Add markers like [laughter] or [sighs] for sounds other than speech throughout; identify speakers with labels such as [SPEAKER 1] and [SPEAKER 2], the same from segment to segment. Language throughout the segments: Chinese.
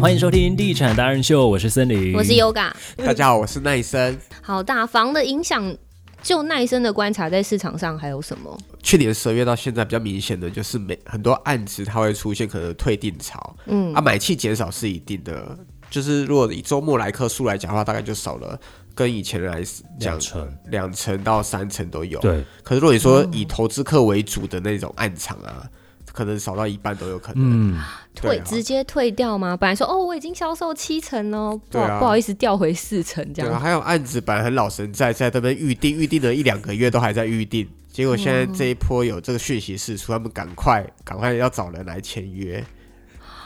[SPEAKER 1] 欢迎收听《地产达人秀》，我是森林，
[SPEAKER 2] 我是 Yoga。
[SPEAKER 3] 大家好，我是奈森。
[SPEAKER 2] 好大，房的影响，就耐生的观察，在市场上还有什么？
[SPEAKER 3] 去年十二月到现在比较明显的就是每很多案子它会出现可能退订潮，嗯，啊买气减少是一定的，就是如果以周末来客数来讲的话，大概就少了跟以前来讲
[SPEAKER 1] 两成
[SPEAKER 3] 两成到三成都有。，
[SPEAKER 1] 对，
[SPEAKER 3] 可是如果你说以投资客为主的那种暗场啊，可能少到一半都有可能。
[SPEAKER 1] 嗯，
[SPEAKER 3] 对
[SPEAKER 2] 退
[SPEAKER 3] 啊
[SPEAKER 2] 直接退掉吗？本来说哦，我已经销售七成哦，不
[SPEAKER 3] 对
[SPEAKER 2] 好、
[SPEAKER 3] 啊
[SPEAKER 2] 不好意思调回四成这
[SPEAKER 3] 对啊，
[SPEAKER 2] 样。
[SPEAKER 3] 还有案子本来很老神在在这边预定，预定了一两个月都还在预定，结果现在这一波有这个讯息释出，他们赶快赶快要找人来签约，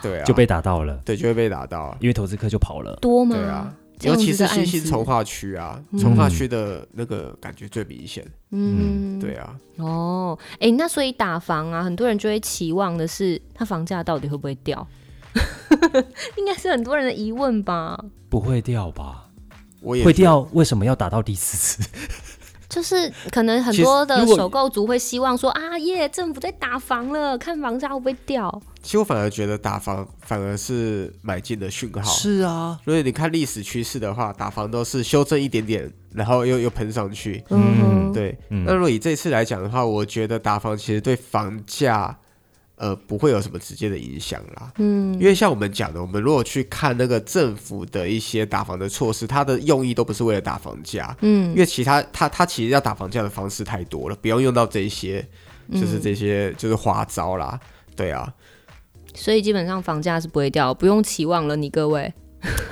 [SPEAKER 3] 对啊，
[SPEAKER 1] 就被打到了，
[SPEAKER 3] 对就会被打到，
[SPEAKER 1] 因为投资客就跑了。
[SPEAKER 2] 多吗？
[SPEAKER 3] 对啊，
[SPEAKER 2] 这
[SPEAKER 3] 尤
[SPEAKER 2] 样子
[SPEAKER 3] 其
[SPEAKER 2] 的
[SPEAKER 3] 是
[SPEAKER 2] 案
[SPEAKER 3] 新兴
[SPEAKER 2] 子
[SPEAKER 3] 从化区啊，从化区的那个感觉最明显，
[SPEAKER 2] 嗯，
[SPEAKER 3] 对啊，
[SPEAKER 2] 哦，哎、那所以打房啊，很多人就会期望的是，它房价到底会不会掉？ [laughs] 应该是很多人的疑问吧。
[SPEAKER 1] 不会掉吧？
[SPEAKER 3] 我也
[SPEAKER 1] 会掉，为什么要打到第四次？
[SPEAKER 2] 就是可能很
[SPEAKER 3] 其实
[SPEAKER 2] 多的
[SPEAKER 3] 如果
[SPEAKER 2] 首购族会希望说啊耶，政府在打房了，看房价会不会掉？
[SPEAKER 3] 其实我反而觉得打房反而是买进的讯号。是啊，所以你看历史趋势的话，打房都是修正一点点，然后又又喷上去。
[SPEAKER 2] 嗯哼，
[SPEAKER 3] 对，那如果以这次来讲的话，我觉得打房其实对房价，呃，不会有什么直接的影响啦。嗯，因为像我们讲的，我们如果去看那个政府的一些打房的措施，它的用意都不是为了打房价，嗯，因为其他它它其实要打房价的方式太多了，不用用到这一些，就是这些、就是花招啦。对啊，
[SPEAKER 2] 所以基本上房价是不会掉，不用期望了，你各位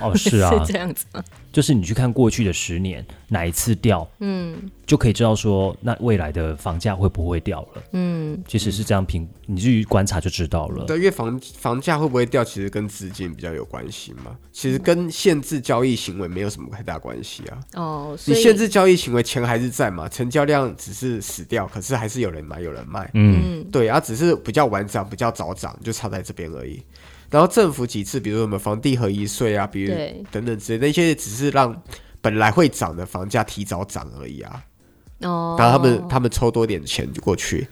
[SPEAKER 1] 哦，是
[SPEAKER 2] [laughs]
[SPEAKER 1] 啊，
[SPEAKER 2] 这样子吗？
[SPEAKER 1] 就是你去看过去的十年哪一次掉，嗯，就可以知道说那未来的房价会不会掉了。嗯，其实是这样评，你去观察就知道了。
[SPEAKER 3] 对，因为房房价会不会掉，其实跟资金比较有关系嘛，其实跟限制交易行为没有什么太大关系啊。
[SPEAKER 2] 哦，所
[SPEAKER 3] 你
[SPEAKER 2] 以
[SPEAKER 3] 限制交易行为，钱还是在嘛，成交量只是死掉，可是还是有人买有人卖，
[SPEAKER 1] 嗯，
[SPEAKER 3] 对啊，只是比较晚涨，比较早涨，就差在这边而已。然后政府几次，比如说我们房地合一税啊，比如
[SPEAKER 2] 对
[SPEAKER 3] 等等之类，那些只是让本来会涨的房价提早涨而已啊。
[SPEAKER 2] 哦，
[SPEAKER 3] 然后他们他们抽多点钱就过去，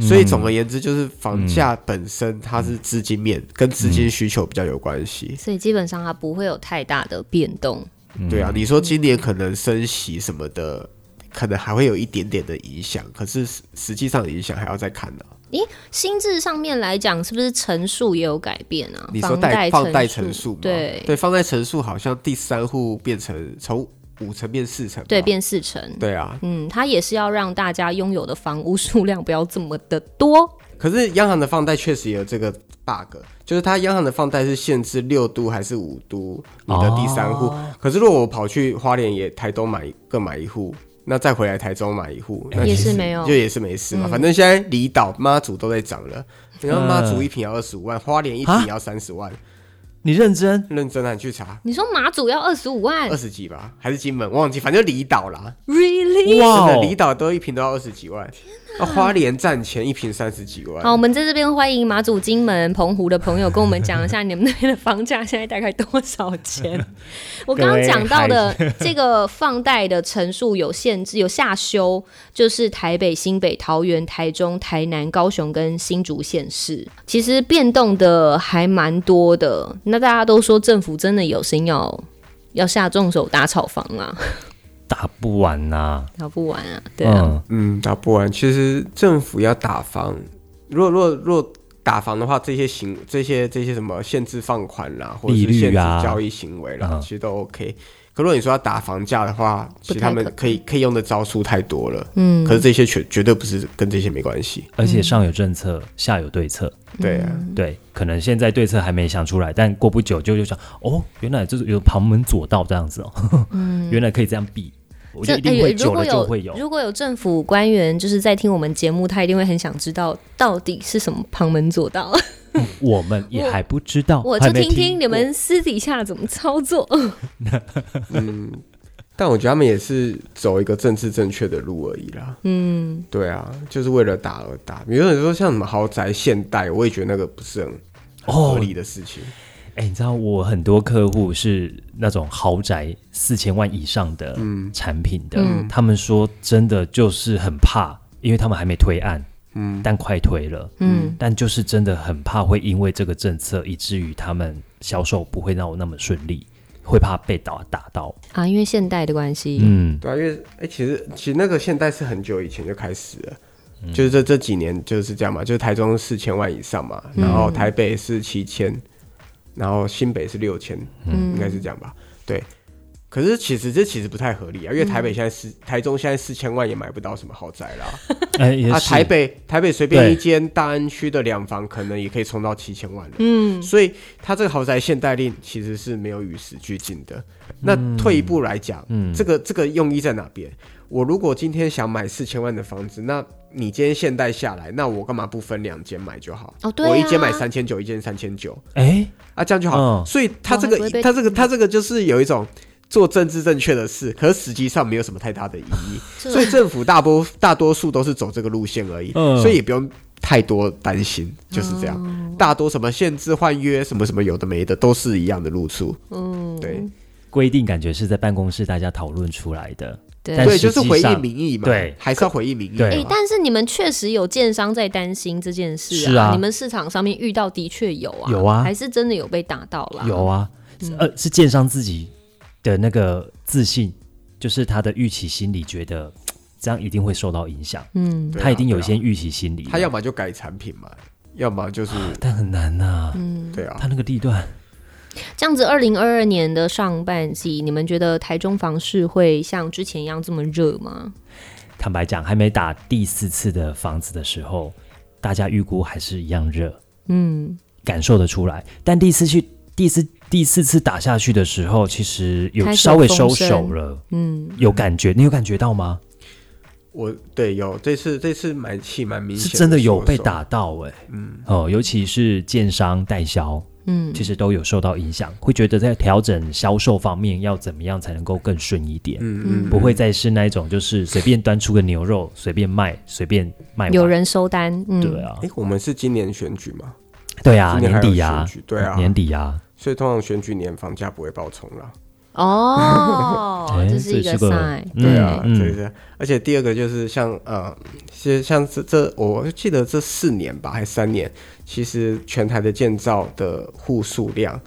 [SPEAKER 3] 所以总而言之，就是房价本身它是资金面跟资金需求比较有关系。
[SPEAKER 2] 所以基本上它不会有太大的变动。
[SPEAKER 3] 对啊，你说今年可能升息什么的，可能还会有一点点的影响，可是实实际上的影响还要再看啊呢、
[SPEAKER 2] 咦，心智上面来讲，是不是层数也有改变啊？
[SPEAKER 3] 你说
[SPEAKER 2] 贷
[SPEAKER 3] 贷放贷
[SPEAKER 2] 层
[SPEAKER 3] 层数嘛？
[SPEAKER 2] 对
[SPEAKER 3] 对，放贷层数好像第三户变成从五层变四层嘛，
[SPEAKER 2] 对，变四成。
[SPEAKER 3] 对啊。
[SPEAKER 2] 嗯，它也是要让大家拥有的房屋数量不要这么的多。
[SPEAKER 3] 可是央行的放贷确实也有这个 bug，就是它央行的放贷是限制六都还是五都你的第三户，可是如果我跑去花莲也台东买各买一户。那再回来台中买一户，那
[SPEAKER 2] 哎也
[SPEAKER 3] 其
[SPEAKER 2] 是哦
[SPEAKER 3] 实
[SPEAKER 2] 没有
[SPEAKER 3] 就也是没事嘛。反正现在离岛妈祖都在涨了，你看妈祖一瓶要二十五万，花莲一
[SPEAKER 1] 啊
[SPEAKER 3] 瓶要三十万，
[SPEAKER 1] 你认真，
[SPEAKER 3] 认真啊，你去查
[SPEAKER 2] 你说马祖要二十五万
[SPEAKER 3] 二十几吧，还是金门忘记，反正就离岛啦。
[SPEAKER 2] ，really？
[SPEAKER 1] 哇
[SPEAKER 3] 真
[SPEAKER 1] 哦
[SPEAKER 3] 的，离岛都一瓶都要二十几万，那花莲站前一瓶三十几万。
[SPEAKER 2] 好，我们在这边欢迎马祖、金门、澎湖的朋友，跟我们讲一下你们那边的房价现在大概多少钱？我刚刚讲到的这个放贷的层数有限制，有下修，就是台北、新北、桃园、台中、台南、高雄跟新竹县市，其实变动的还蛮多的。那大家都说政府真的有心要要下重手打炒房啊，
[SPEAKER 1] 打不完呐、
[SPEAKER 2] 打不完啊，对啊。
[SPEAKER 1] 嗯，
[SPEAKER 3] 嗯，打不完。其实政府要打房，如果如果如果打房的话，这些行这些这些什么限制放款啦，或者
[SPEAKER 1] 利
[SPEAKER 3] 是限
[SPEAKER 1] 率
[SPEAKER 3] 制
[SPEAKER 1] 啊
[SPEAKER 3] 交易行为啦，
[SPEAKER 1] 嗯
[SPEAKER 3] 其实都 OK。可如果你说要打房价的话，其实他
[SPEAKER 2] 不太
[SPEAKER 3] 们
[SPEAKER 2] 可
[SPEAKER 3] 可以可以用的招数太多了。嗯，可是这些绝绝对不是跟这些没关系。
[SPEAKER 1] 而
[SPEAKER 2] 嗯
[SPEAKER 1] 且上有政策，下有对策。
[SPEAKER 3] 对啊，
[SPEAKER 1] 对，可能现在对策还没想出来，但过不久就就想，哦，原来就是有旁门左道这样子哦， [laughs] 原来可以这样避，我觉
[SPEAKER 2] 嗯这
[SPEAKER 1] 得一定
[SPEAKER 2] 哎
[SPEAKER 1] 会
[SPEAKER 2] 如
[SPEAKER 1] 久
[SPEAKER 2] 果
[SPEAKER 1] 了就会有。
[SPEAKER 2] 如果有政府官员就是在听我们节目，他一定会很想知道到底是什么旁门左道。
[SPEAKER 1] 我们也还不知道，
[SPEAKER 2] [laughs] 我
[SPEAKER 1] 哦还
[SPEAKER 2] 就
[SPEAKER 1] 没
[SPEAKER 2] 听听你
[SPEAKER 1] 过
[SPEAKER 2] 们私底下怎么操作。
[SPEAKER 3] 但我觉得他们也是走一个政治正确的路而已啦。嗯，对啊，就是为了打而打。比如说你说像什么豪宅现代，我也觉得那个不是很合理的事情。
[SPEAKER 1] 哎、你知道我很多客户是那种豪宅四千万以上的
[SPEAKER 3] 嗯
[SPEAKER 1] 产品的，他们说真的就是很怕，因为他们还没推案，嗯，但快推了，嗯，但就是真的很怕会因为这个政策，以至于他们销售不会让我那么顺利，会怕被打打到。
[SPEAKER 2] 啊，因为现代的关系，
[SPEAKER 1] 嗯，
[SPEAKER 3] 对啊，因为哎、其实其实那个现代是很久以前就开始了，就是这这几年就是这样嘛，就是台中四千万以上嘛，然后台北是七千、然后新北是六千、应该是这样吧？对。可是其实这其实不太合理啊，因为台北现在四、台中现在四千万也买不到什么豪宅啦。
[SPEAKER 1] 哎、也
[SPEAKER 3] [laughs] 啊，
[SPEAKER 1] 是
[SPEAKER 3] 台北台北随便
[SPEAKER 1] 对
[SPEAKER 3] 一间大安区的两房可能也可以冲到七千万了。嗯，所以它这个豪宅限贷令其实是没有与时俱进的。那退一步来讲，
[SPEAKER 1] 嗯
[SPEAKER 3] 这个这个用意在哪边？我如果今天想买四千万的房子，那你今天限贷下来，那我干嘛不分两间买就好？
[SPEAKER 2] 哦对啊
[SPEAKER 3] 我一间买三千九，一间三千九，
[SPEAKER 1] 哎、
[SPEAKER 3] 啊，这样就好。
[SPEAKER 1] 嗯
[SPEAKER 3] 所以他这个
[SPEAKER 2] 哇还不会被
[SPEAKER 3] 他这个他这个就是有一种。做政治正确的事，可是实际上没有什么太大的意义，
[SPEAKER 2] [laughs] 这
[SPEAKER 3] 所以政府大多大多数都是走这个路线而已，
[SPEAKER 1] 嗯
[SPEAKER 3] 所以也不用太多担心，就是这样。
[SPEAKER 2] 哦
[SPEAKER 3] 大多什么限制换约什么什么有的没的，都是一样的路数。
[SPEAKER 2] 嗯，
[SPEAKER 3] 对、
[SPEAKER 1] 规定感觉是在办公室大家讨论出来的，
[SPEAKER 2] 对
[SPEAKER 1] 但
[SPEAKER 3] 对，
[SPEAKER 1] 实
[SPEAKER 3] 就是
[SPEAKER 1] 际
[SPEAKER 3] 回
[SPEAKER 1] 上
[SPEAKER 3] 应民意嘛，
[SPEAKER 1] 对
[SPEAKER 3] 还是要回应民意
[SPEAKER 1] 对啊
[SPEAKER 2] 哎、
[SPEAKER 3] 嘛。
[SPEAKER 2] 但是你们确实有建商在担心这件事啊，
[SPEAKER 1] 是啊
[SPEAKER 2] 你们市场上面遇到的确有啊，
[SPEAKER 1] 有啊
[SPEAKER 2] 还是真的有被打到啦，
[SPEAKER 1] 有啊，呃，是建商自己的那个自信，就是他的预期心理，觉得嘖这样一定会受到影响，
[SPEAKER 2] 嗯，
[SPEAKER 3] 对啊
[SPEAKER 1] 他一定有一
[SPEAKER 3] 对
[SPEAKER 1] 些预期心理
[SPEAKER 3] 啊，他要么就改产品嘛，要么就是
[SPEAKER 1] 但很难呐、
[SPEAKER 2] 嗯
[SPEAKER 3] 对啊
[SPEAKER 1] 他，那个地段，
[SPEAKER 2] 这样子，二零二二年的上半季，你们觉得台中房市会像之前一样这么热吗？
[SPEAKER 1] 坦白讲，还没打第四次的房子的时候，大家预估还是一样热，
[SPEAKER 2] 嗯，
[SPEAKER 1] 感受得出来。但第四去第四第四次打下去的时候，其实有
[SPEAKER 2] 开始
[SPEAKER 1] 稍微
[SPEAKER 2] 风
[SPEAKER 1] 收
[SPEAKER 2] 声
[SPEAKER 1] 手了，
[SPEAKER 2] 嗯，
[SPEAKER 1] 有感觉，你有感觉到吗？
[SPEAKER 3] 我对有这次这次买气蛮明显，
[SPEAKER 1] 是真的有被，打到哎、嗯，哦，尤其是建商代销，
[SPEAKER 2] 嗯，
[SPEAKER 1] 其实都有受到影响，会觉得在调整销售方面要怎么样才能够更顺一点，
[SPEAKER 3] 嗯嗯，
[SPEAKER 1] 不会再是那一种就是随便端出个牛肉随便卖随便卖完，
[SPEAKER 2] 有人收单，嗯，
[SPEAKER 1] 对啊，
[SPEAKER 3] 哎、我们是今年选举嘛，
[SPEAKER 1] 对啊，
[SPEAKER 3] 今年还
[SPEAKER 1] 年
[SPEAKER 3] 有
[SPEAKER 1] 底呀
[SPEAKER 3] 选举，对啊
[SPEAKER 1] 年底呀，，
[SPEAKER 3] 所以通常选举年房价不会暴冲啦。
[SPEAKER 2] [laughs] 哦
[SPEAKER 1] 哎
[SPEAKER 2] 这是一
[SPEAKER 1] 这是个
[SPEAKER 2] sign，
[SPEAKER 1] 嗯
[SPEAKER 3] 对啊，
[SPEAKER 1] 嗯
[SPEAKER 3] 对对。而且第二个就是像呃，其实像这这，我记得这四年吧，还三年，其实全台的建造的户数量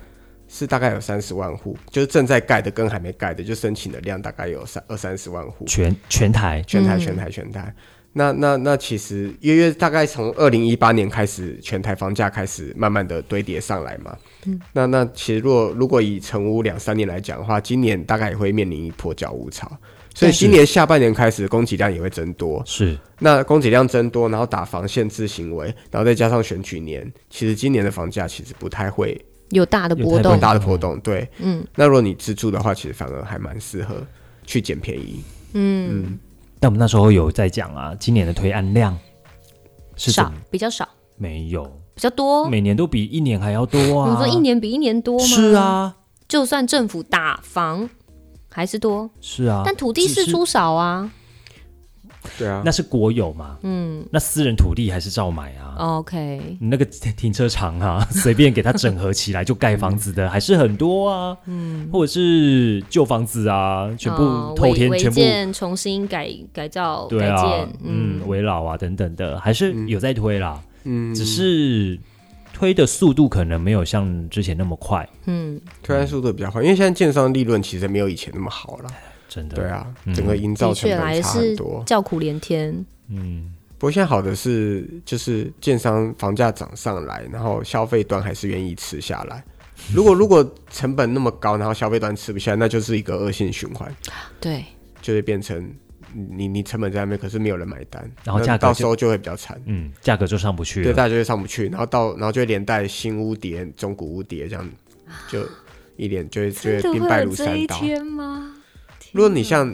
[SPEAKER 3] 是大概有三十万户，就是正在盖的跟还没盖的，就申请的量大概有三二三十万户，
[SPEAKER 1] 全全台
[SPEAKER 3] 全台
[SPEAKER 2] 嗯
[SPEAKER 3] 全台全台。那那那其实约约大概从二零一八年开始，全台房价开始慢慢的堆叠上来嘛。嗯、那那其实如果如果以成屋两三年来讲的话，今年大概也会面临一波交屋潮，所以
[SPEAKER 1] 对
[SPEAKER 3] 今年下半年开始供给量也会增多。
[SPEAKER 1] 是
[SPEAKER 3] 那供给量增多，然后打房限制行为，然后再加上选举年，其实今年的房价其实不太会
[SPEAKER 2] 有大的波
[SPEAKER 1] 有太
[SPEAKER 2] 动
[SPEAKER 1] 多
[SPEAKER 3] 很，大的波动。对，
[SPEAKER 2] 嗯，
[SPEAKER 3] 那如果你自住的话，其实反而还蛮适合去捡便宜。
[SPEAKER 2] 嗯，
[SPEAKER 1] 但我们那时候有在讲啊，今年的推案量是怎
[SPEAKER 2] 少
[SPEAKER 1] 么
[SPEAKER 2] 比较少，
[SPEAKER 1] 没有？
[SPEAKER 2] 比较多。
[SPEAKER 1] 每年都比一年还要多啊！
[SPEAKER 2] 你说一年比一年多吗？
[SPEAKER 1] 是，啊，
[SPEAKER 2] 就算政府打房还是多，
[SPEAKER 1] 是啊，
[SPEAKER 2] 但土地
[SPEAKER 1] 只
[SPEAKER 2] 是出少啊。
[SPEAKER 3] 对啊
[SPEAKER 1] 那是国有嘛，嗯，那私人土地还是照买啊。
[SPEAKER 2] 哦 OK，
[SPEAKER 1] 你那个停车场啊， [laughs] 随便给它整合起来就盖房子的还是很多啊，嗯，或者是旧房子啊，全部
[SPEAKER 2] 哦
[SPEAKER 1] 透
[SPEAKER 2] 违
[SPEAKER 1] 天，
[SPEAKER 2] 违
[SPEAKER 1] 全部
[SPEAKER 2] 建重新改改造、
[SPEAKER 1] 对
[SPEAKER 2] 改
[SPEAKER 1] 啊
[SPEAKER 2] 建，，
[SPEAKER 1] 嗯，围绕啊等等的，还是有在推啦，
[SPEAKER 3] 嗯
[SPEAKER 1] 只是推的速度可能没有像之前那么快，
[SPEAKER 2] 嗯，
[SPEAKER 3] 推案速度比较快，因为现在建商利润其实没有以前那么好了。
[SPEAKER 1] 真的，
[SPEAKER 3] 对啊，整个营造
[SPEAKER 2] 嗯的
[SPEAKER 3] 成
[SPEAKER 2] 确啦，
[SPEAKER 3] 本
[SPEAKER 2] 也
[SPEAKER 3] 差很
[SPEAKER 2] 是
[SPEAKER 3] 多。
[SPEAKER 2] 叫苦连天。
[SPEAKER 1] 嗯，
[SPEAKER 3] 不过现在好的是，就是建商房价涨上来，然后消费端还是愿意吃下来。如果如果成本那么高，然后消费端吃不下，那就是一个恶性循环，
[SPEAKER 2] 对，
[SPEAKER 3] 就会变成你你成本在那边，可是没有人买单，
[SPEAKER 1] 然后
[SPEAKER 3] 那
[SPEAKER 1] 价格
[SPEAKER 3] 到
[SPEAKER 1] 就
[SPEAKER 3] 时候就会比较惨。
[SPEAKER 1] 嗯，价格就上不去
[SPEAKER 3] 对，
[SPEAKER 1] 了，
[SPEAKER 3] 大家就会上不去，然后到然后就会连带新屋跌、中古屋跌这样，就一连就会就会兵败如山倒。
[SPEAKER 2] 吗？
[SPEAKER 3] 如果你像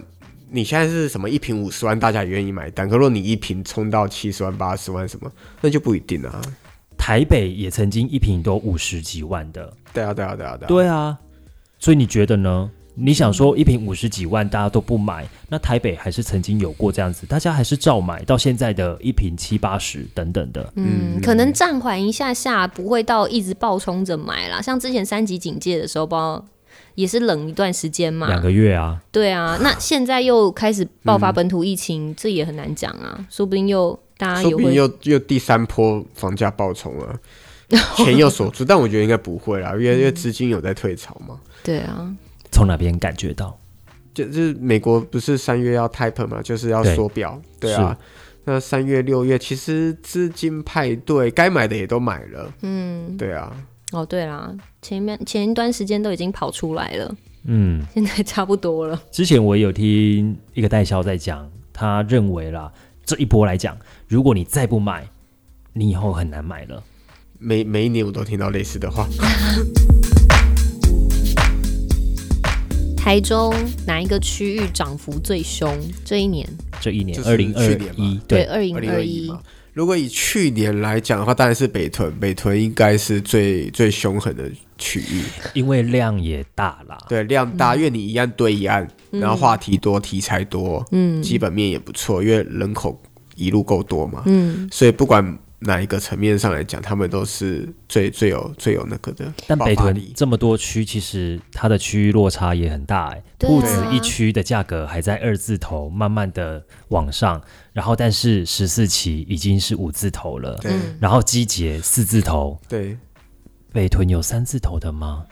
[SPEAKER 3] 你现在是什么一瓶五十万，大家也愿意买单。可如果你一瓶冲到七十万、八十万什么，那就不一定啊。
[SPEAKER 1] 台北也曾经一平都五十几万的，
[SPEAKER 3] 对啊，对啊，对啊，对啊。
[SPEAKER 1] 对啊，所以你觉得呢？你想说一瓶五十几万，大家都不买，那台北还是曾经有过这样子，大家还是照买，到现在的一瓶七八十等等的，
[SPEAKER 2] 嗯，可能暂缓一下下，不会到一直暴冲着买啦。像之前三级警戒的时候，不知道也是冷一段时间嘛。
[SPEAKER 1] 两个月啊，
[SPEAKER 2] 对 [sighs] 啊，那现在又开始爆发本土疫情，这也很嗯难讲啊，说不定又大家
[SPEAKER 3] 说
[SPEAKER 2] 也
[SPEAKER 3] 不定
[SPEAKER 2] 会
[SPEAKER 3] 又又第三波房价暴冲了，钱有锁
[SPEAKER 2] [laughs]
[SPEAKER 3] 住，但我觉得应该不会啦，因为因
[SPEAKER 2] 嗯
[SPEAKER 3] 为资金有在退潮嘛。
[SPEAKER 2] 对啊，
[SPEAKER 1] 从哪边感觉到？
[SPEAKER 3] 就就是美国不是三月要 type 嘛，就是要
[SPEAKER 1] 对
[SPEAKER 3] 缩表，对啊。那三月、六月，其实资金派对该买的也都买了，
[SPEAKER 2] 嗯，
[SPEAKER 3] 对啊，
[SPEAKER 2] 哦对啦，前面前一段时间都已经跑出来了，
[SPEAKER 1] 嗯，
[SPEAKER 2] 现在差不多了。
[SPEAKER 1] 之前我也有听一个代销在讲，他认为啦，这一波来讲，如果你再不买，你以后很难买了。
[SPEAKER 3] 每每一年我都听到类似的话。
[SPEAKER 2] 台中哪一个区域涨幅最凶？这一年
[SPEAKER 1] 这一年
[SPEAKER 3] 就
[SPEAKER 1] 二
[SPEAKER 3] 是
[SPEAKER 1] 零二
[SPEAKER 3] 去年
[SPEAKER 1] 一
[SPEAKER 3] 嘛，
[SPEAKER 1] 对，
[SPEAKER 2] 二零
[SPEAKER 3] 二零
[SPEAKER 2] 二
[SPEAKER 3] 二
[SPEAKER 2] 一
[SPEAKER 3] 一嘛。如果以去年来讲的话，当然是北屯，北屯应该是最最凶狠的区域，
[SPEAKER 2] 嗯
[SPEAKER 1] 因为量也大啦，
[SPEAKER 3] 对量大，因为你一案对一案，然后话题多，题材多，
[SPEAKER 2] 嗯
[SPEAKER 3] 基本面也不错，因为人口一路够多嘛，
[SPEAKER 2] 嗯，
[SPEAKER 3] 所以不管哪一个层面上来讲，他们都是最最有最有那个的
[SPEAKER 1] 但
[SPEAKER 3] 爆
[SPEAKER 1] 北
[SPEAKER 3] 发
[SPEAKER 1] 屯
[SPEAKER 3] 力。
[SPEAKER 1] 这么多区，其实它的区域落差也很大、欸，
[SPEAKER 2] 对啊
[SPEAKER 1] 不止一区的价格还在二字头，慢慢的往上，然后但是十四期已经是五字头了，
[SPEAKER 3] 对
[SPEAKER 1] 然后基捷四字头，
[SPEAKER 3] 对，
[SPEAKER 1] 北屯有三字头的吗？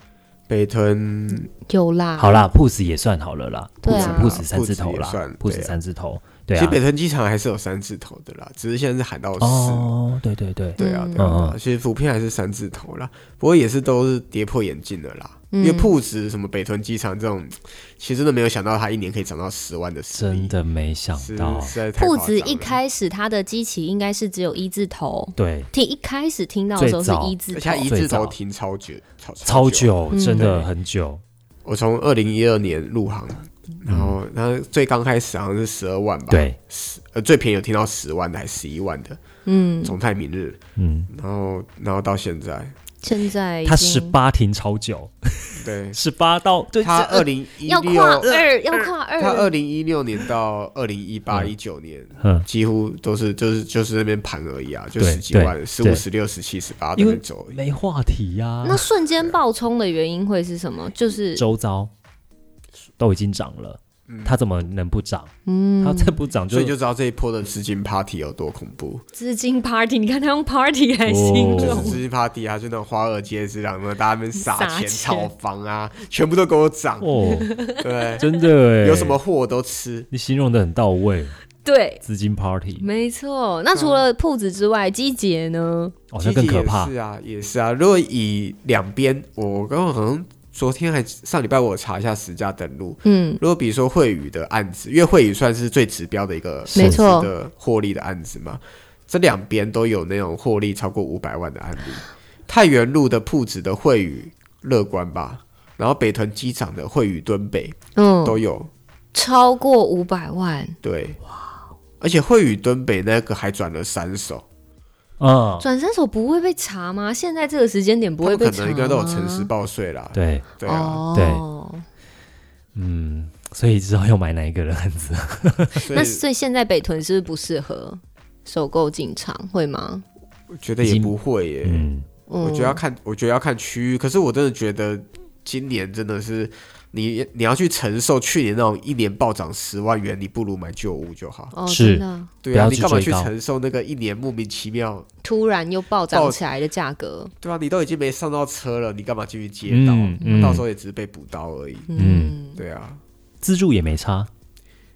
[SPEAKER 3] 北屯
[SPEAKER 2] 有啦，
[SPEAKER 1] 好啦，PUS 也算好了啦
[SPEAKER 2] 嗯对啊
[SPEAKER 1] ，PUS PUS 三字头
[SPEAKER 3] 也算
[SPEAKER 1] 啦，PUS
[SPEAKER 3] 对啊
[SPEAKER 1] 三字头，
[SPEAKER 3] 其
[SPEAKER 1] 对
[SPEAKER 3] 实
[SPEAKER 1] 啊
[SPEAKER 3] 北，屯机场还是有三字头的啦，只是现在是喊到四嘛。
[SPEAKER 1] 哦，对对对，
[SPEAKER 3] 对啊
[SPEAKER 2] 嗯，
[SPEAKER 3] 对啊，
[SPEAKER 1] 嗯
[SPEAKER 3] 对啊其实普遍还是三字头啦，不过也是都是跌破眼镜的啦。
[SPEAKER 2] 嗯
[SPEAKER 3] 因为铺子什么北屯机场这种，其实真的没有想到它一年可以涨到十万的实
[SPEAKER 1] 真
[SPEAKER 3] 力，
[SPEAKER 1] 的没想
[SPEAKER 3] 是
[SPEAKER 1] 到，
[SPEAKER 3] 实在太夸
[SPEAKER 2] 铺
[SPEAKER 3] 张
[SPEAKER 2] 子
[SPEAKER 3] 了
[SPEAKER 2] 一，开始它的基期应该是只有一字头，
[SPEAKER 1] 对，
[SPEAKER 2] 听一开始听到的时候是
[SPEAKER 1] 最早
[SPEAKER 2] 一字
[SPEAKER 3] 而且
[SPEAKER 2] 头
[SPEAKER 3] 它，一字
[SPEAKER 1] 最早
[SPEAKER 3] 头停超久，超
[SPEAKER 1] 超
[SPEAKER 3] 久。
[SPEAKER 1] 久，真的
[SPEAKER 3] 嗯
[SPEAKER 1] 很久，
[SPEAKER 3] 我从二零一二年入行，然后它最刚开始好像是十二万吧，，
[SPEAKER 1] 嗯对，
[SPEAKER 3] 呃，最便宜有听到十万的还是十一万的，
[SPEAKER 2] 嗯，
[SPEAKER 3] 从泰明日，
[SPEAKER 1] 嗯，
[SPEAKER 3] 然后然后到现在，
[SPEAKER 2] 现在已
[SPEAKER 1] 它
[SPEAKER 2] 经
[SPEAKER 1] 十八停超久，
[SPEAKER 3] 对，
[SPEAKER 1] 十八到就
[SPEAKER 3] 它二零一
[SPEAKER 2] 要跨
[SPEAKER 3] 六，
[SPEAKER 2] 二，要跨二，
[SPEAKER 3] 它二零一六年到二零一八
[SPEAKER 1] 嗯
[SPEAKER 3] 一九年，
[SPEAKER 1] 嗯
[SPEAKER 3] 几乎都是就是就是那边盘而已啊，就
[SPEAKER 1] 对
[SPEAKER 3] 十几万
[SPEAKER 1] 对、
[SPEAKER 3] 十
[SPEAKER 1] 对
[SPEAKER 3] 五、十六、十七、十八那
[SPEAKER 1] 因为
[SPEAKER 3] 边走而已。
[SPEAKER 1] 没话题呀、
[SPEAKER 2] 那瞬间爆冲的原因会是什么？就是
[SPEAKER 1] 周遭都已经涨了，它怎么能不涨？
[SPEAKER 2] 嗯
[SPEAKER 1] 它，再不涨就
[SPEAKER 3] 所以就知道这一波的资金 party 有多恐怖。
[SPEAKER 2] 资金 party，你看他用 party 来形
[SPEAKER 1] 哦
[SPEAKER 3] 就是
[SPEAKER 2] 容，
[SPEAKER 3] 资金 party 啊，就那种华尔街之狼，那大家在那边
[SPEAKER 2] 撒
[SPEAKER 3] 撒钱
[SPEAKER 2] 钱
[SPEAKER 3] 炒房啊，全部都给我涨，
[SPEAKER 1] 哦， [laughs]
[SPEAKER 3] 对，
[SPEAKER 1] 真的哎，
[SPEAKER 3] 有什么货我都吃。
[SPEAKER 1] 你形容的很到位，
[SPEAKER 2] 对，
[SPEAKER 1] 资金 party
[SPEAKER 2] 没错。那除了铺子之外，基姐呢？
[SPEAKER 1] 哦，那更可怕
[SPEAKER 3] 积极也，是啊，也是啊。如果以两边，我刚刚好像昨天还上礼拜我查一下实价登录，
[SPEAKER 2] 嗯，
[SPEAKER 3] 如果比如说惠宇的案子，因为惠宇算是最指标的一个
[SPEAKER 2] 没错
[SPEAKER 3] 公司的获利的案子嘛，这两边都有那种获利超过五百万的案例。太原路的铺子的惠宇乐观吧，然后北屯机场的惠宇敦北
[SPEAKER 2] 嗯，
[SPEAKER 3] 都有，
[SPEAKER 2] 超过五百万，
[SPEAKER 3] 对，而且惠宇敦北那个还转了三手，
[SPEAKER 1] 嗯，
[SPEAKER 2] 转三手不会被查吗？现在这个时间点不
[SPEAKER 3] 他
[SPEAKER 2] 会
[SPEAKER 3] 们
[SPEAKER 2] 被
[SPEAKER 3] 可
[SPEAKER 2] 查吗？
[SPEAKER 3] 能应该都有诚实报税啦，
[SPEAKER 1] 对，
[SPEAKER 3] 对啊，
[SPEAKER 2] 哦，
[SPEAKER 1] 嗯，所以知道要买哪一个的案子，
[SPEAKER 3] 所以
[SPEAKER 2] 那所以现在北屯是不是不适合首购进场，会吗？
[SPEAKER 3] 我觉得也不会耶，
[SPEAKER 1] 嗯，
[SPEAKER 2] 嗯
[SPEAKER 3] 我觉得要看，我觉得要看区域。可是我真的觉得今年真的是你你要去承受去年那种一年暴涨十万元，你不如买旧屋就好。
[SPEAKER 2] 哦，
[SPEAKER 1] 是
[SPEAKER 2] 真的
[SPEAKER 3] 对
[SPEAKER 1] 不
[SPEAKER 3] 啊
[SPEAKER 1] 要，
[SPEAKER 3] 你
[SPEAKER 1] 去
[SPEAKER 3] 干嘛
[SPEAKER 1] 追
[SPEAKER 3] 去
[SPEAKER 1] 高
[SPEAKER 3] 承受那个一年莫名其妙？
[SPEAKER 2] 突然又暴涨
[SPEAKER 3] 暴
[SPEAKER 2] 起来的价格，
[SPEAKER 3] 对啊，你都已经没上到车了，你干嘛继续接到？
[SPEAKER 1] 嗯嗯
[SPEAKER 3] 到时候也只是被补刀而已。
[SPEAKER 2] 嗯，
[SPEAKER 3] 对啊，
[SPEAKER 1] 自助也没差，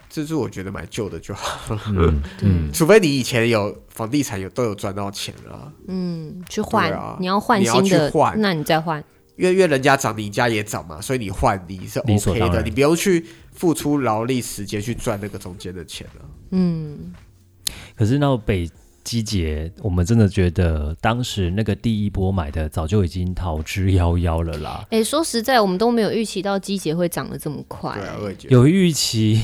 [SPEAKER 3] 这是我觉得买旧的就好了，
[SPEAKER 1] 嗯嗯，
[SPEAKER 3] 除非你以前有房地产有都有赚到钱啊，
[SPEAKER 2] 嗯，去换，
[SPEAKER 3] 对啊
[SPEAKER 2] 你要换新
[SPEAKER 3] 你要
[SPEAKER 2] 的
[SPEAKER 3] 去，换
[SPEAKER 2] 那你再换，
[SPEAKER 3] 因为因为人家涨，你家也涨嘛，所以你换你是
[SPEAKER 1] 理所
[SPEAKER 3] OK
[SPEAKER 1] 当
[SPEAKER 3] 的，
[SPEAKER 1] 然
[SPEAKER 3] 你不用去付出劳力时间去赚那个中间的钱啊。
[SPEAKER 2] 嗯，
[SPEAKER 1] 可是那北基捷，我们真的觉得当时那个第一波买的早就已经逃之夭夭了啦。
[SPEAKER 2] 哎、说实在，我们都没有预期到机节会涨得这么快、
[SPEAKER 3] 对啊，我也觉得。
[SPEAKER 1] 有预期，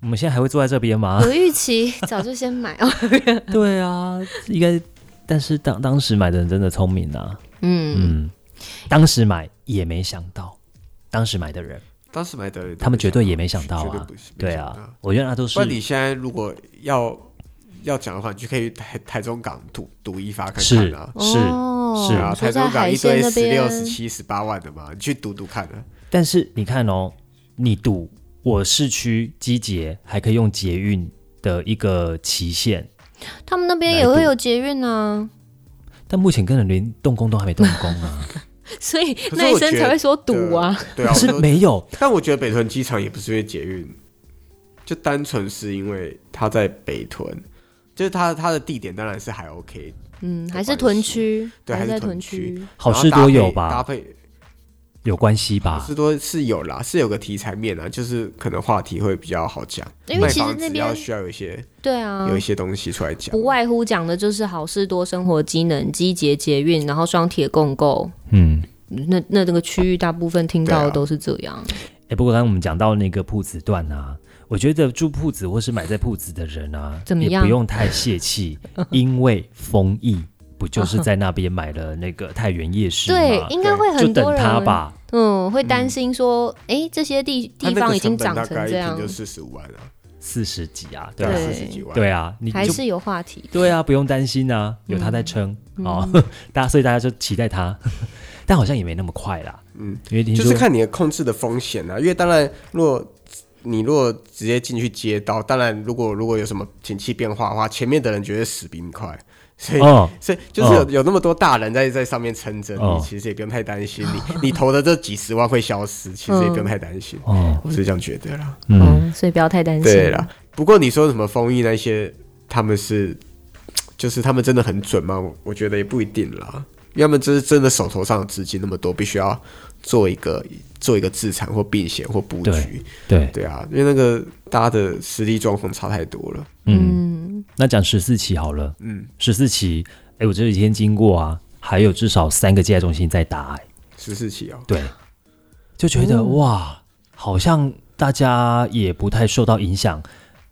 [SPEAKER 1] 我们现在还会坐在这边吗？
[SPEAKER 2] 有预期早就先买
[SPEAKER 3] [laughs]
[SPEAKER 2] 哦，
[SPEAKER 1] [laughs] 对啊，应该，但是当当时买的人真的聪明啊，
[SPEAKER 2] 嗯，
[SPEAKER 1] 嗯，当时买也没想到，当时买的人，
[SPEAKER 3] 当时买的人都没想到，
[SPEAKER 1] 他们绝对也没想到
[SPEAKER 3] 绝对
[SPEAKER 1] 啊
[SPEAKER 3] 不是，
[SPEAKER 1] 对。
[SPEAKER 3] 没想
[SPEAKER 1] 啊
[SPEAKER 3] 到，
[SPEAKER 1] 我觉得那都
[SPEAKER 3] 不然你
[SPEAKER 1] 是
[SPEAKER 3] 现在如果要要讲的话，你就可以台台中港赌赌一发看看
[SPEAKER 1] 是
[SPEAKER 3] 啊。
[SPEAKER 1] 是，
[SPEAKER 2] 哦、
[SPEAKER 1] 是
[SPEAKER 3] 对
[SPEAKER 2] 说
[SPEAKER 3] 啊，台
[SPEAKER 2] 在
[SPEAKER 3] 中港
[SPEAKER 2] 海
[SPEAKER 3] 一
[SPEAKER 2] 鲜
[SPEAKER 3] 堆
[SPEAKER 2] 那
[SPEAKER 3] 十
[SPEAKER 2] 边
[SPEAKER 3] 六、十七、十八万的嘛，你去赌赌看啊。
[SPEAKER 1] 但是你看哦，你赌我市区机捷还可以用捷运的一个期限，
[SPEAKER 2] 他们那边也会有捷运啊，
[SPEAKER 1] 但目前根本连动工都还没动工啊，
[SPEAKER 2] 所以
[SPEAKER 3] 是
[SPEAKER 2] 那
[SPEAKER 3] 我
[SPEAKER 2] 一生
[SPEAKER 3] 觉
[SPEAKER 2] 才会说赌啊。
[SPEAKER 3] 对啊，
[SPEAKER 2] [laughs]
[SPEAKER 3] 我
[SPEAKER 1] 是
[SPEAKER 3] 说
[SPEAKER 1] 没有
[SPEAKER 3] 但我觉得北屯机场也不是因为捷运，就单纯是因为它在北屯，就是它它的地点当然是还 OK，
[SPEAKER 2] 嗯，还
[SPEAKER 3] 没
[SPEAKER 2] 是
[SPEAKER 3] 关
[SPEAKER 2] 屯
[SPEAKER 3] 系
[SPEAKER 2] 区，
[SPEAKER 3] 对还
[SPEAKER 2] 是
[SPEAKER 3] 是
[SPEAKER 2] 在
[SPEAKER 3] 屯
[SPEAKER 2] 屯
[SPEAKER 3] 区
[SPEAKER 2] 区。
[SPEAKER 1] 好
[SPEAKER 3] 然后
[SPEAKER 1] 事
[SPEAKER 3] 搭
[SPEAKER 1] 多有
[SPEAKER 3] 配搭
[SPEAKER 1] 吧？
[SPEAKER 3] 配
[SPEAKER 1] 有关系
[SPEAKER 3] 好
[SPEAKER 2] 啊
[SPEAKER 1] 吧？
[SPEAKER 3] 事多是有啦，是有个题材面啊，就是可能话题会比较好讲，
[SPEAKER 2] 因为
[SPEAKER 3] 卖
[SPEAKER 2] 其实
[SPEAKER 3] 房
[SPEAKER 2] 那
[SPEAKER 3] 子
[SPEAKER 2] 边
[SPEAKER 3] 要需要有一些
[SPEAKER 2] 对啊
[SPEAKER 3] 有一，些东西出来讲
[SPEAKER 2] 不，外乎讲的就是好事多生活机能、机捷捷运，然后双铁共购。
[SPEAKER 1] 嗯，
[SPEAKER 2] 那那那个区域大部分听到
[SPEAKER 3] 对
[SPEAKER 2] 的
[SPEAKER 3] 啊
[SPEAKER 2] 都是这样，
[SPEAKER 1] 哎、不过刚刚我们讲到那个铺子段啊，我觉得住铺子或是买在铺子的人啊，
[SPEAKER 2] 怎么
[SPEAKER 1] 也
[SPEAKER 2] 样
[SPEAKER 1] 不用太泄气，因为丰益不就是在那边买了那个太原夜市吗？
[SPEAKER 2] 对，应该
[SPEAKER 3] 对
[SPEAKER 2] 会
[SPEAKER 1] 就
[SPEAKER 2] 很多
[SPEAKER 1] 等他
[SPEAKER 2] 人，
[SPEAKER 1] 吧。
[SPEAKER 2] 嗯，会担心说，诶，这些地
[SPEAKER 3] 它
[SPEAKER 2] 地
[SPEAKER 3] 嗯那
[SPEAKER 2] 方
[SPEAKER 3] 个
[SPEAKER 2] 已经
[SPEAKER 3] 成
[SPEAKER 2] 长
[SPEAKER 3] 本大
[SPEAKER 2] 成
[SPEAKER 3] 概一
[SPEAKER 2] 这样
[SPEAKER 3] 平，就四十五万啊，
[SPEAKER 1] 四十几啊，对
[SPEAKER 3] 对
[SPEAKER 1] 啊
[SPEAKER 3] 啊，，
[SPEAKER 2] 对
[SPEAKER 3] 四十几万，
[SPEAKER 1] 对啊，你
[SPEAKER 2] 还
[SPEAKER 1] 就是
[SPEAKER 2] 有话题。
[SPEAKER 1] 对啊，不用担心啊，有他在撑、
[SPEAKER 2] 嗯
[SPEAKER 1] 哦，大家所以大家就期待他， [laughs] 但好像也没那么快啦，嗯，因为听
[SPEAKER 3] 就
[SPEAKER 1] 说
[SPEAKER 3] 是看你的控制的风险啊，因为当然，如果你如果直接进去街道，当然如果如果有什么景气变化的话，前面的人绝对死比你快，所以、
[SPEAKER 1] 哦，
[SPEAKER 3] 所以就是有、
[SPEAKER 1] 哦
[SPEAKER 3] 有那么多大人在在上面撑着，
[SPEAKER 1] 哦
[SPEAKER 3] 你其实也不用太担心，你你投的这几十万会消失，其实也不用太担心，
[SPEAKER 1] 哦，
[SPEAKER 3] 我是这样觉得啦。
[SPEAKER 1] 嗯，
[SPEAKER 2] 嗯，所以不要太担心。
[SPEAKER 3] 对啦，不过你说什么丰益那些，他们是就是他们真的很准吗？我我觉得也不一定啦，因为他们就是真的手头上的资金那么多，必须要做一个做一个自产或避险或布局，
[SPEAKER 1] 对，
[SPEAKER 3] 对啊，因为那个大家的实力状况差太多了。
[SPEAKER 1] 嗯，
[SPEAKER 2] 嗯，
[SPEAKER 1] 那讲十四期好了，
[SPEAKER 3] 嗯，
[SPEAKER 1] 十四期，哎，我这几天经过啊，还有至少三个接待中心在打、哎，
[SPEAKER 3] 十四期哦，
[SPEAKER 1] 对，就觉得、哇，好像大家也不太受到影响。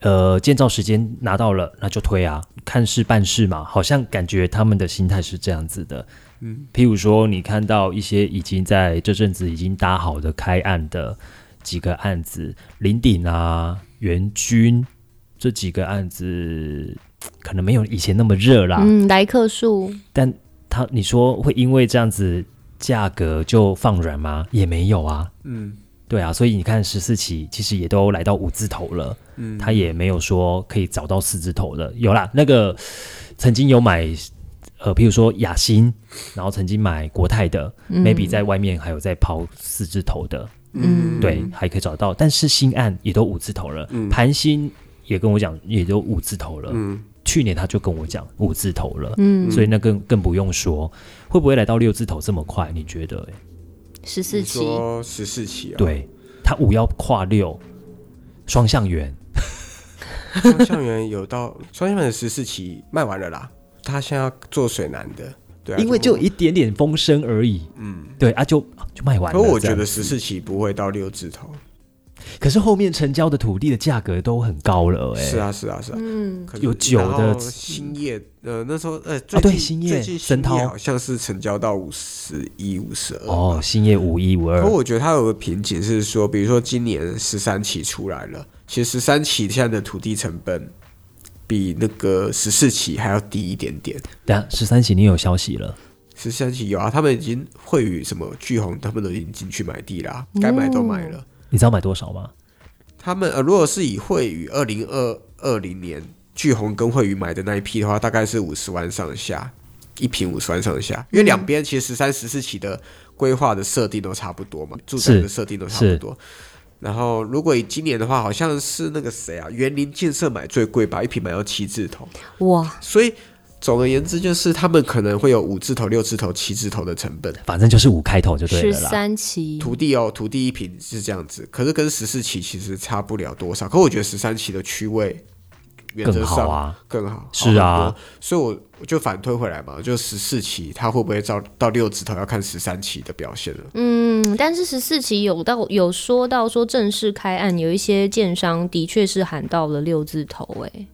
[SPEAKER 1] 呃，建造时间拿到了，那就推啊，看事办事嘛。好像感觉他们的心态是这样子的。嗯，譬如说，你看到一些已经在这阵子已经搭好的开案的几个案子，林鼎啊、元军这几个案子，可能没有以前那么热啦。
[SPEAKER 2] 嗯，来客数，
[SPEAKER 1] 但他你说会因为这样子价格就放软吗？也没有啊。
[SPEAKER 3] 嗯，
[SPEAKER 1] 对啊，所以你看十四期其实也都来到五字头了，嗯，他也没有说可以找到四字头的，有啦，那个曾经有买，呃，譬如说雅欣，然后曾经买国泰的、
[SPEAKER 2] 嗯
[SPEAKER 1] m a y b e 在外面还有在抛四字头的，
[SPEAKER 2] 嗯
[SPEAKER 1] 对，还可以找到，但是新案也都五字头了，
[SPEAKER 3] 嗯
[SPEAKER 1] 盘新也跟我讲也都五字头了，
[SPEAKER 3] 嗯，
[SPEAKER 1] 去年他就跟我讲五字头了，
[SPEAKER 2] 嗯，
[SPEAKER 1] 所以那更更不用说，会不会来到六字头这么快？你觉得、欸？
[SPEAKER 2] 十四
[SPEAKER 3] 你
[SPEAKER 2] 期，
[SPEAKER 3] 说十四期啊，，
[SPEAKER 1] 对，他五要跨六，双向圆。
[SPEAKER 3] 双向园有到双向园的十四期卖完了啦，他现在要做水南的，对啊，
[SPEAKER 1] 因为就一点点风声而已。嗯，对啊就，就卖完
[SPEAKER 3] 可
[SPEAKER 1] 了。
[SPEAKER 3] 我
[SPEAKER 1] 这
[SPEAKER 3] 觉
[SPEAKER 1] 样
[SPEAKER 3] 得十四期不会到六字头。
[SPEAKER 1] 可是后面成交的土地的价格都很高了、哎，
[SPEAKER 3] 是啊，是啊，是啊。
[SPEAKER 2] 嗯，
[SPEAKER 3] 可是
[SPEAKER 1] 有酒的哦
[SPEAKER 3] 然后兴业，呃，那时候呃，最近、
[SPEAKER 1] 对兴业
[SPEAKER 3] 最近
[SPEAKER 1] 神
[SPEAKER 3] 兴
[SPEAKER 1] 涛
[SPEAKER 3] 业好像是成交到五十一、五十二。
[SPEAKER 1] 哦，兴业五一五二
[SPEAKER 3] 可，我觉得它有个瓶颈是说，比如说今年十三期出来了，其实十三期现在的土地成本比那个十四期还要低一点点。
[SPEAKER 1] 等下十三期你有消息了，
[SPEAKER 3] 十三期有啊，他们已经惠宇什么巨鸿，他们都已经进去买地啦，该买都买了。
[SPEAKER 1] 你知道买多少吗？
[SPEAKER 3] 他们呃，如果是以惠宇二零二二零年巨鸿跟惠宇买的那一批的话，大概是五十万上下，一平五十万上下。因为两边其实十三、十四期的规划的设定都差不多嘛，住宅的设定都差不多。然后，如果以今年的话，好像是那个谁啊，园林建设买最贵吧，一平买到七字头。
[SPEAKER 2] 哇，
[SPEAKER 3] 所以总而言之，就是他们可能会有五字头、六字头、七字头的成本。
[SPEAKER 1] 反正就是五开头就对
[SPEAKER 2] 十
[SPEAKER 1] 了啦。
[SPEAKER 2] 三期，
[SPEAKER 3] 土地哦，土地一平是这样子，可是跟十四期其实差不了多少。可我觉得十三期的区位原则
[SPEAKER 1] 更好
[SPEAKER 3] 上
[SPEAKER 1] 啊，
[SPEAKER 3] 更好，
[SPEAKER 1] 是啊
[SPEAKER 3] 好很多，所以我我就反推回来嘛，就十四期它会不会到到六字头，要看十三期的表现了。
[SPEAKER 2] 嗯，但是十四期有到有说到说正式开案，有一些建商的确是喊到了六字头、哎，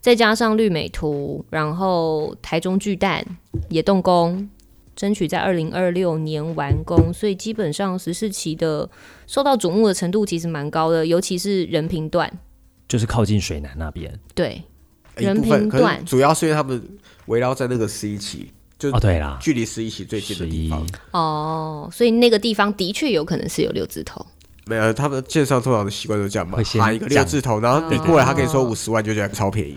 [SPEAKER 2] 再加上绿美图，然后台中巨蛋也动工，争取在二零二六年完工，所以基本上十四期的受到瞩目的程度其实蛮高的，尤其是人平段，
[SPEAKER 1] 就是靠近水南那边。
[SPEAKER 2] 对，
[SPEAKER 3] 一
[SPEAKER 2] 人
[SPEAKER 3] 部分
[SPEAKER 2] 平
[SPEAKER 3] 可是
[SPEAKER 2] 段
[SPEAKER 3] 主要是因为他们围绕在那个十一期，就
[SPEAKER 1] 哦，对啦，
[SPEAKER 3] 距离十一期最近的
[SPEAKER 1] 十
[SPEAKER 3] 地
[SPEAKER 1] 一
[SPEAKER 3] 方。
[SPEAKER 2] 哦，所以那个地方的确有可能是有六字头，
[SPEAKER 3] 没有，他们建商通常的习惯都这样嘛
[SPEAKER 1] 会，先
[SPEAKER 3] 喊一个六
[SPEAKER 1] 讲
[SPEAKER 3] 字头，然后你
[SPEAKER 2] 哦
[SPEAKER 3] 过来，他跟你说五十万，就觉得超便宜。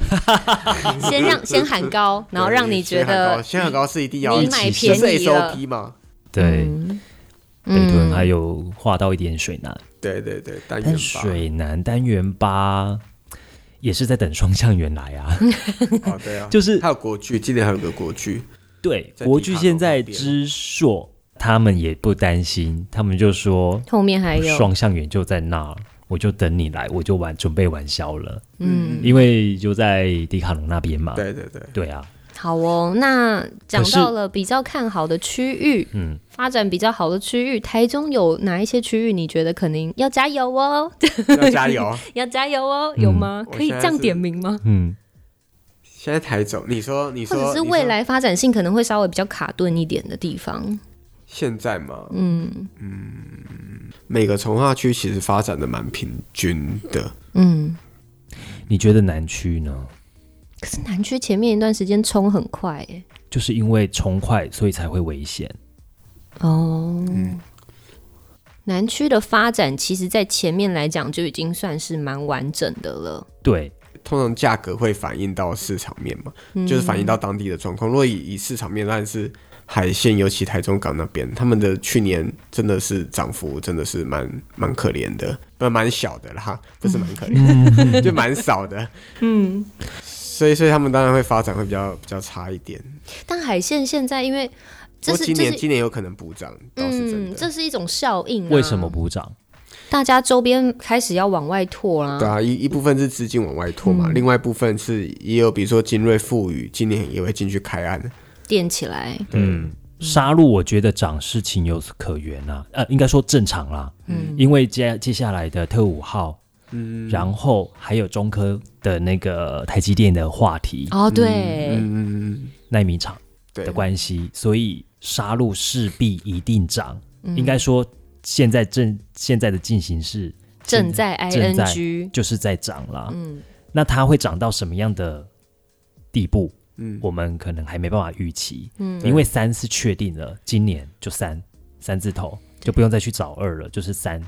[SPEAKER 2] 先让先喊高， [laughs] 然后让你觉
[SPEAKER 3] [laughs]
[SPEAKER 2] 得
[SPEAKER 3] 鲜很高是一定要
[SPEAKER 2] 你买
[SPEAKER 3] 这是
[SPEAKER 2] 便宜了
[SPEAKER 3] SOP 嘛？
[SPEAKER 1] 对，
[SPEAKER 2] 嗯
[SPEAKER 1] 北屯还
[SPEAKER 2] 有
[SPEAKER 1] 有划到一点水南，
[SPEAKER 3] 对对对，单元
[SPEAKER 1] 但
[SPEAKER 3] 吧。
[SPEAKER 1] 水南单元八也是在等双向园来啊。
[SPEAKER 3] 哦，对啊，
[SPEAKER 1] 就是
[SPEAKER 3] 还有国剧，今年还有个国剧，
[SPEAKER 1] 对，
[SPEAKER 3] 在
[SPEAKER 1] 国
[SPEAKER 3] 迪
[SPEAKER 1] 剧
[SPEAKER 3] 卡侬
[SPEAKER 1] 现在
[SPEAKER 3] 旁边
[SPEAKER 1] 之硕他们也不担心，他们就说
[SPEAKER 2] 后面还有
[SPEAKER 1] 双向园就在那儿，我就等你来，我就玩准备玩消了，
[SPEAKER 2] 嗯，
[SPEAKER 1] 因为就在迪卡侬那边嘛。
[SPEAKER 3] 对对对，
[SPEAKER 1] 对啊，
[SPEAKER 2] 好哦。那讲
[SPEAKER 1] 可是
[SPEAKER 2] 到了比较看好的区域，
[SPEAKER 1] 嗯，
[SPEAKER 2] 发展比较好的区域，台中有哪一些区域？你觉得可能要加油哦， [laughs]
[SPEAKER 3] 要加油！
[SPEAKER 2] 要加油哦，有吗？
[SPEAKER 3] 我
[SPEAKER 2] 可以
[SPEAKER 3] 现
[SPEAKER 2] 这
[SPEAKER 3] 在
[SPEAKER 2] 样
[SPEAKER 3] 是
[SPEAKER 2] 点名吗？
[SPEAKER 1] 嗯，
[SPEAKER 3] 现在台中，你说你
[SPEAKER 2] 或
[SPEAKER 3] 说，
[SPEAKER 2] 者是
[SPEAKER 3] 你说
[SPEAKER 2] 未来发展性可能会稍微比较卡顿一点的地方，
[SPEAKER 3] 现在嘛，
[SPEAKER 2] 嗯
[SPEAKER 3] 每个从化区其实发展的蛮平均的，
[SPEAKER 2] 嗯。
[SPEAKER 1] 你觉得南区呢？
[SPEAKER 2] 可是南区前面一段时间冲很快耶，
[SPEAKER 1] 就是因为冲快，所以才会危险。
[SPEAKER 2] 哦，南区的发展其实在前面来讲就已经算是蛮完整的了，
[SPEAKER 1] 对，
[SPEAKER 3] 通常价格会反映到市场面嘛，
[SPEAKER 2] 嗯
[SPEAKER 3] 就是反映到当地的状况。如果以以市场面，但是海鲜，尤其台中港那边，他们的去年真的是涨幅真的是蛮蛮可怜的，不蛮小的啦，不是蛮可怜， [laughs] 就蛮少的。
[SPEAKER 2] 嗯，
[SPEAKER 3] 所以，所以他们当然会发展会比较比较差一点。
[SPEAKER 2] 但海线现在因为
[SPEAKER 3] 不
[SPEAKER 2] 这
[SPEAKER 3] 过
[SPEAKER 2] 是
[SPEAKER 3] 今年、
[SPEAKER 2] 这是
[SPEAKER 3] 今年有可能补涨，倒是
[SPEAKER 2] 嗯，
[SPEAKER 3] 真的。
[SPEAKER 2] 这是一种效应、啊，
[SPEAKER 1] 为什么补涨？
[SPEAKER 2] 大家周边开始要往外拓啦、
[SPEAKER 3] 对啊，一一部分是资金往外拖嘛，
[SPEAKER 2] 嗯
[SPEAKER 3] 另外一部分是也有，比如说精锐富裕今年也会进去开案。
[SPEAKER 2] 垫起来，
[SPEAKER 1] 嗯，杀戮我觉得涨是情有可原啊，呃，应该说正常啦。嗯，因为接接下来的特五号，嗯，然后还有中科的那个台积电的话题，
[SPEAKER 2] 哦，对，
[SPEAKER 3] 嗯，
[SPEAKER 1] 纳米厂
[SPEAKER 3] 对
[SPEAKER 1] 的，关系，所以杀戮势必一定涨。应该说，现在正现在的进行是
[SPEAKER 2] 正在
[SPEAKER 1] 正在
[SPEAKER 2] ing，
[SPEAKER 1] 就是在涨啦。
[SPEAKER 2] 嗯
[SPEAKER 1] 那它会涨到什么样的地步？
[SPEAKER 3] 嗯
[SPEAKER 1] 我们可能还没办法预期，
[SPEAKER 2] 嗯
[SPEAKER 1] 因为三是确定了，今年就三三字头，就不用再去找二了，就是三。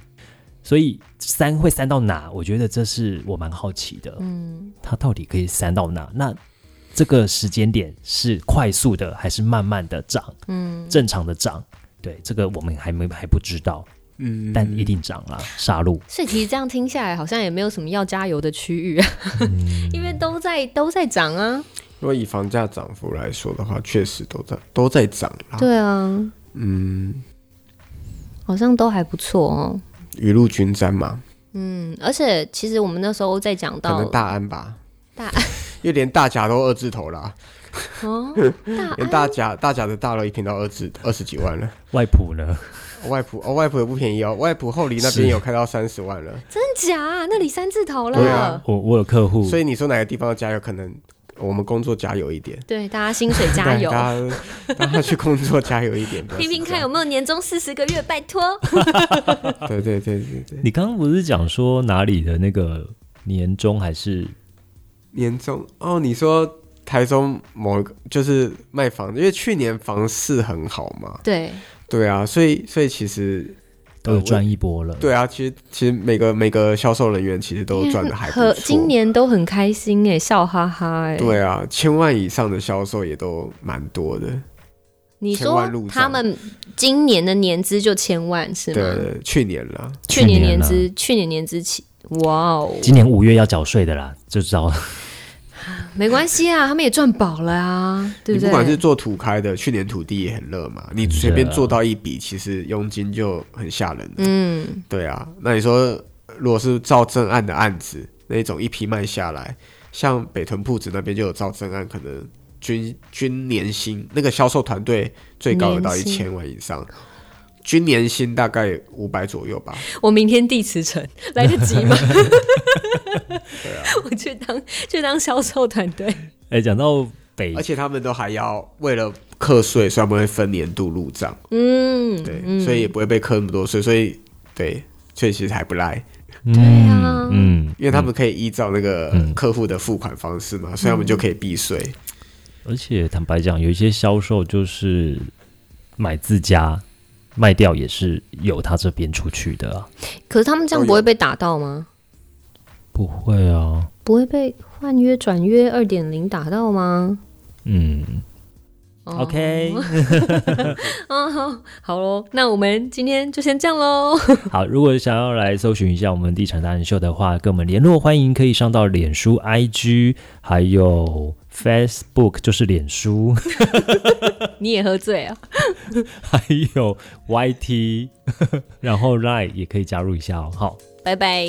[SPEAKER 1] 所以三会三到哪？我觉得这是我蛮好奇的，
[SPEAKER 2] 嗯，
[SPEAKER 1] 它到底可以三到哪？那这个时间点是快速的还是慢慢的涨？
[SPEAKER 2] 嗯，
[SPEAKER 1] 正常的涨？对，这个我们还没还不知道，
[SPEAKER 3] 嗯
[SPEAKER 1] 但一定涨啦，杀戮。
[SPEAKER 2] 所以其实这样听下来，好像也没有什么要加油的区域啊，[laughs]
[SPEAKER 3] 嗯
[SPEAKER 2] 因为都在都在涨啊，
[SPEAKER 3] 如果以房价涨幅来说的话，确实都在都在涨啦。
[SPEAKER 2] 对啊，
[SPEAKER 3] 嗯，
[SPEAKER 2] 好像都还不错哦。
[SPEAKER 3] 雨露均沾嘛，
[SPEAKER 2] 嗯，而且其实我们那时候在讲
[SPEAKER 3] 可
[SPEAKER 2] 到
[SPEAKER 3] 能大安吧，
[SPEAKER 2] 大
[SPEAKER 3] [laughs] 因为连大甲都二字头啦， [laughs]
[SPEAKER 2] 哦，
[SPEAKER 3] 连大甲大甲的大楼一平到二字二十几万了。
[SPEAKER 1] 外埔呢？
[SPEAKER 3] 外埔哦，外埔也不便宜哦，外埔后里那边
[SPEAKER 1] 是
[SPEAKER 3] 有开到三十万了。
[SPEAKER 2] 真假啊？那里三字头
[SPEAKER 3] 对啊
[SPEAKER 2] 了，
[SPEAKER 1] 我我有客户，
[SPEAKER 3] 所以你说哪个地方要加油？可能我们工作加油一点，
[SPEAKER 2] 对，大家薪水加油
[SPEAKER 3] 对， [laughs] 大家大家去工作加油一点，不
[SPEAKER 2] [laughs]
[SPEAKER 3] 要
[SPEAKER 2] 拼拼
[SPEAKER 3] 死这
[SPEAKER 2] 看有
[SPEAKER 3] 样
[SPEAKER 2] 没有年终四十个月，拜托。
[SPEAKER 3] 对对对对对，
[SPEAKER 1] 你刚刚不是讲说哪里的那个年终还是
[SPEAKER 3] 年终哦，你说台中某一个就是卖房，因为去年房市很好嘛，
[SPEAKER 2] 对，
[SPEAKER 3] 对啊，所以所以其实
[SPEAKER 1] 都有赚一波了？，
[SPEAKER 3] 对啊，其实其实每个每个销售人员其实都赚的还不
[SPEAKER 2] 嗯 [laughs] 和
[SPEAKER 3] 错，
[SPEAKER 2] 今年都很开心哎，笑哈哈哎。
[SPEAKER 3] 对啊，千万以上的销售也都蛮多的，
[SPEAKER 2] 你
[SPEAKER 3] 千
[SPEAKER 2] 说
[SPEAKER 3] 万路上
[SPEAKER 2] 他们今年的年资就千万是吗？
[SPEAKER 3] 对，去年了，
[SPEAKER 2] 去年年
[SPEAKER 1] 呢
[SPEAKER 2] 资，去年年资起，哇哦，
[SPEAKER 1] 啊今年五月要缴税的啦，就知道了。 [laughs]
[SPEAKER 2] 没关系啊，他们也赚饱了啊，对
[SPEAKER 3] 你
[SPEAKER 2] 对？
[SPEAKER 3] 不管是做土开的，去年土地也很热嘛，你随便
[SPEAKER 1] 对啊
[SPEAKER 3] 做到一笔，其实佣金就很吓人了。
[SPEAKER 2] 嗯，
[SPEAKER 3] 对啊，那你说如果是照正案的案子，那一种一批卖下来，像北屯铺子那边就有照正案，可能均均年薪那个销售团队最高有到一
[SPEAKER 2] 年薪
[SPEAKER 3] 千万以上，均年薪大概五百左右吧。
[SPEAKER 2] 我明天递辞呈，来得及
[SPEAKER 3] [laughs]
[SPEAKER 2] 吗？ [laughs]
[SPEAKER 3] 啊
[SPEAKER 2] 我去当去当销售团队，
[SPEAKER 1] 哎，讲到北
[SPEAKER 3] 而，且他们都还要为了课税，所以他们会分年度入账，
[SPEAKER 2] 嗯，
[SPEAKER 3] 对，
[SPEAKER 2] 嗯
[SPEAKER 3] 所以也不会被课那么多税，所以对，所以其实还不赖。
[SPEAKER 1] 对
[SPEAKER 2] 啊
[SPEAKER 1] 嗯，
[SPEAKER 3] 因为他们可以依照那个
[SPEAKER 2] 嗯
[SPEAKER 3] 客户的付款方式嘛，所以他们就可以避税。
[SPEAKER 1] 而且坦白讲，有一些销售就是买自家，卖掉也是有他这边出去的、啊，
[SPEAKER 2] 可是他们这样不会被打到吗？
[SPEAKER 1] 不会啊，
[SPEAKER 2] 不会被换约转约二点零打到吗？
[SPEAKER 1] 嗯
[SPEAKER 2] 哦
[SPEAKER 1] ，OK，
[SPEAKER 2] 哦，好 [laughs] 好喽，那我们今天就先这样喽。
[SPEAKER 1] 好，如果想要来搜寻一下我们地产达人秀的话，跟我们联络，欢迎可以上到脸书、IG，还有 Facebook，就是脸书，
[SPEAKER 2] [laughs]
[SPEAKER 1] [laughs]
[SPEAKER 2] 你也喝醉啊？
[SPEAKER 1] 还有 YT，然后 Line 也可以加入一下哦。好，
[SPEAKER 2] 拜拜。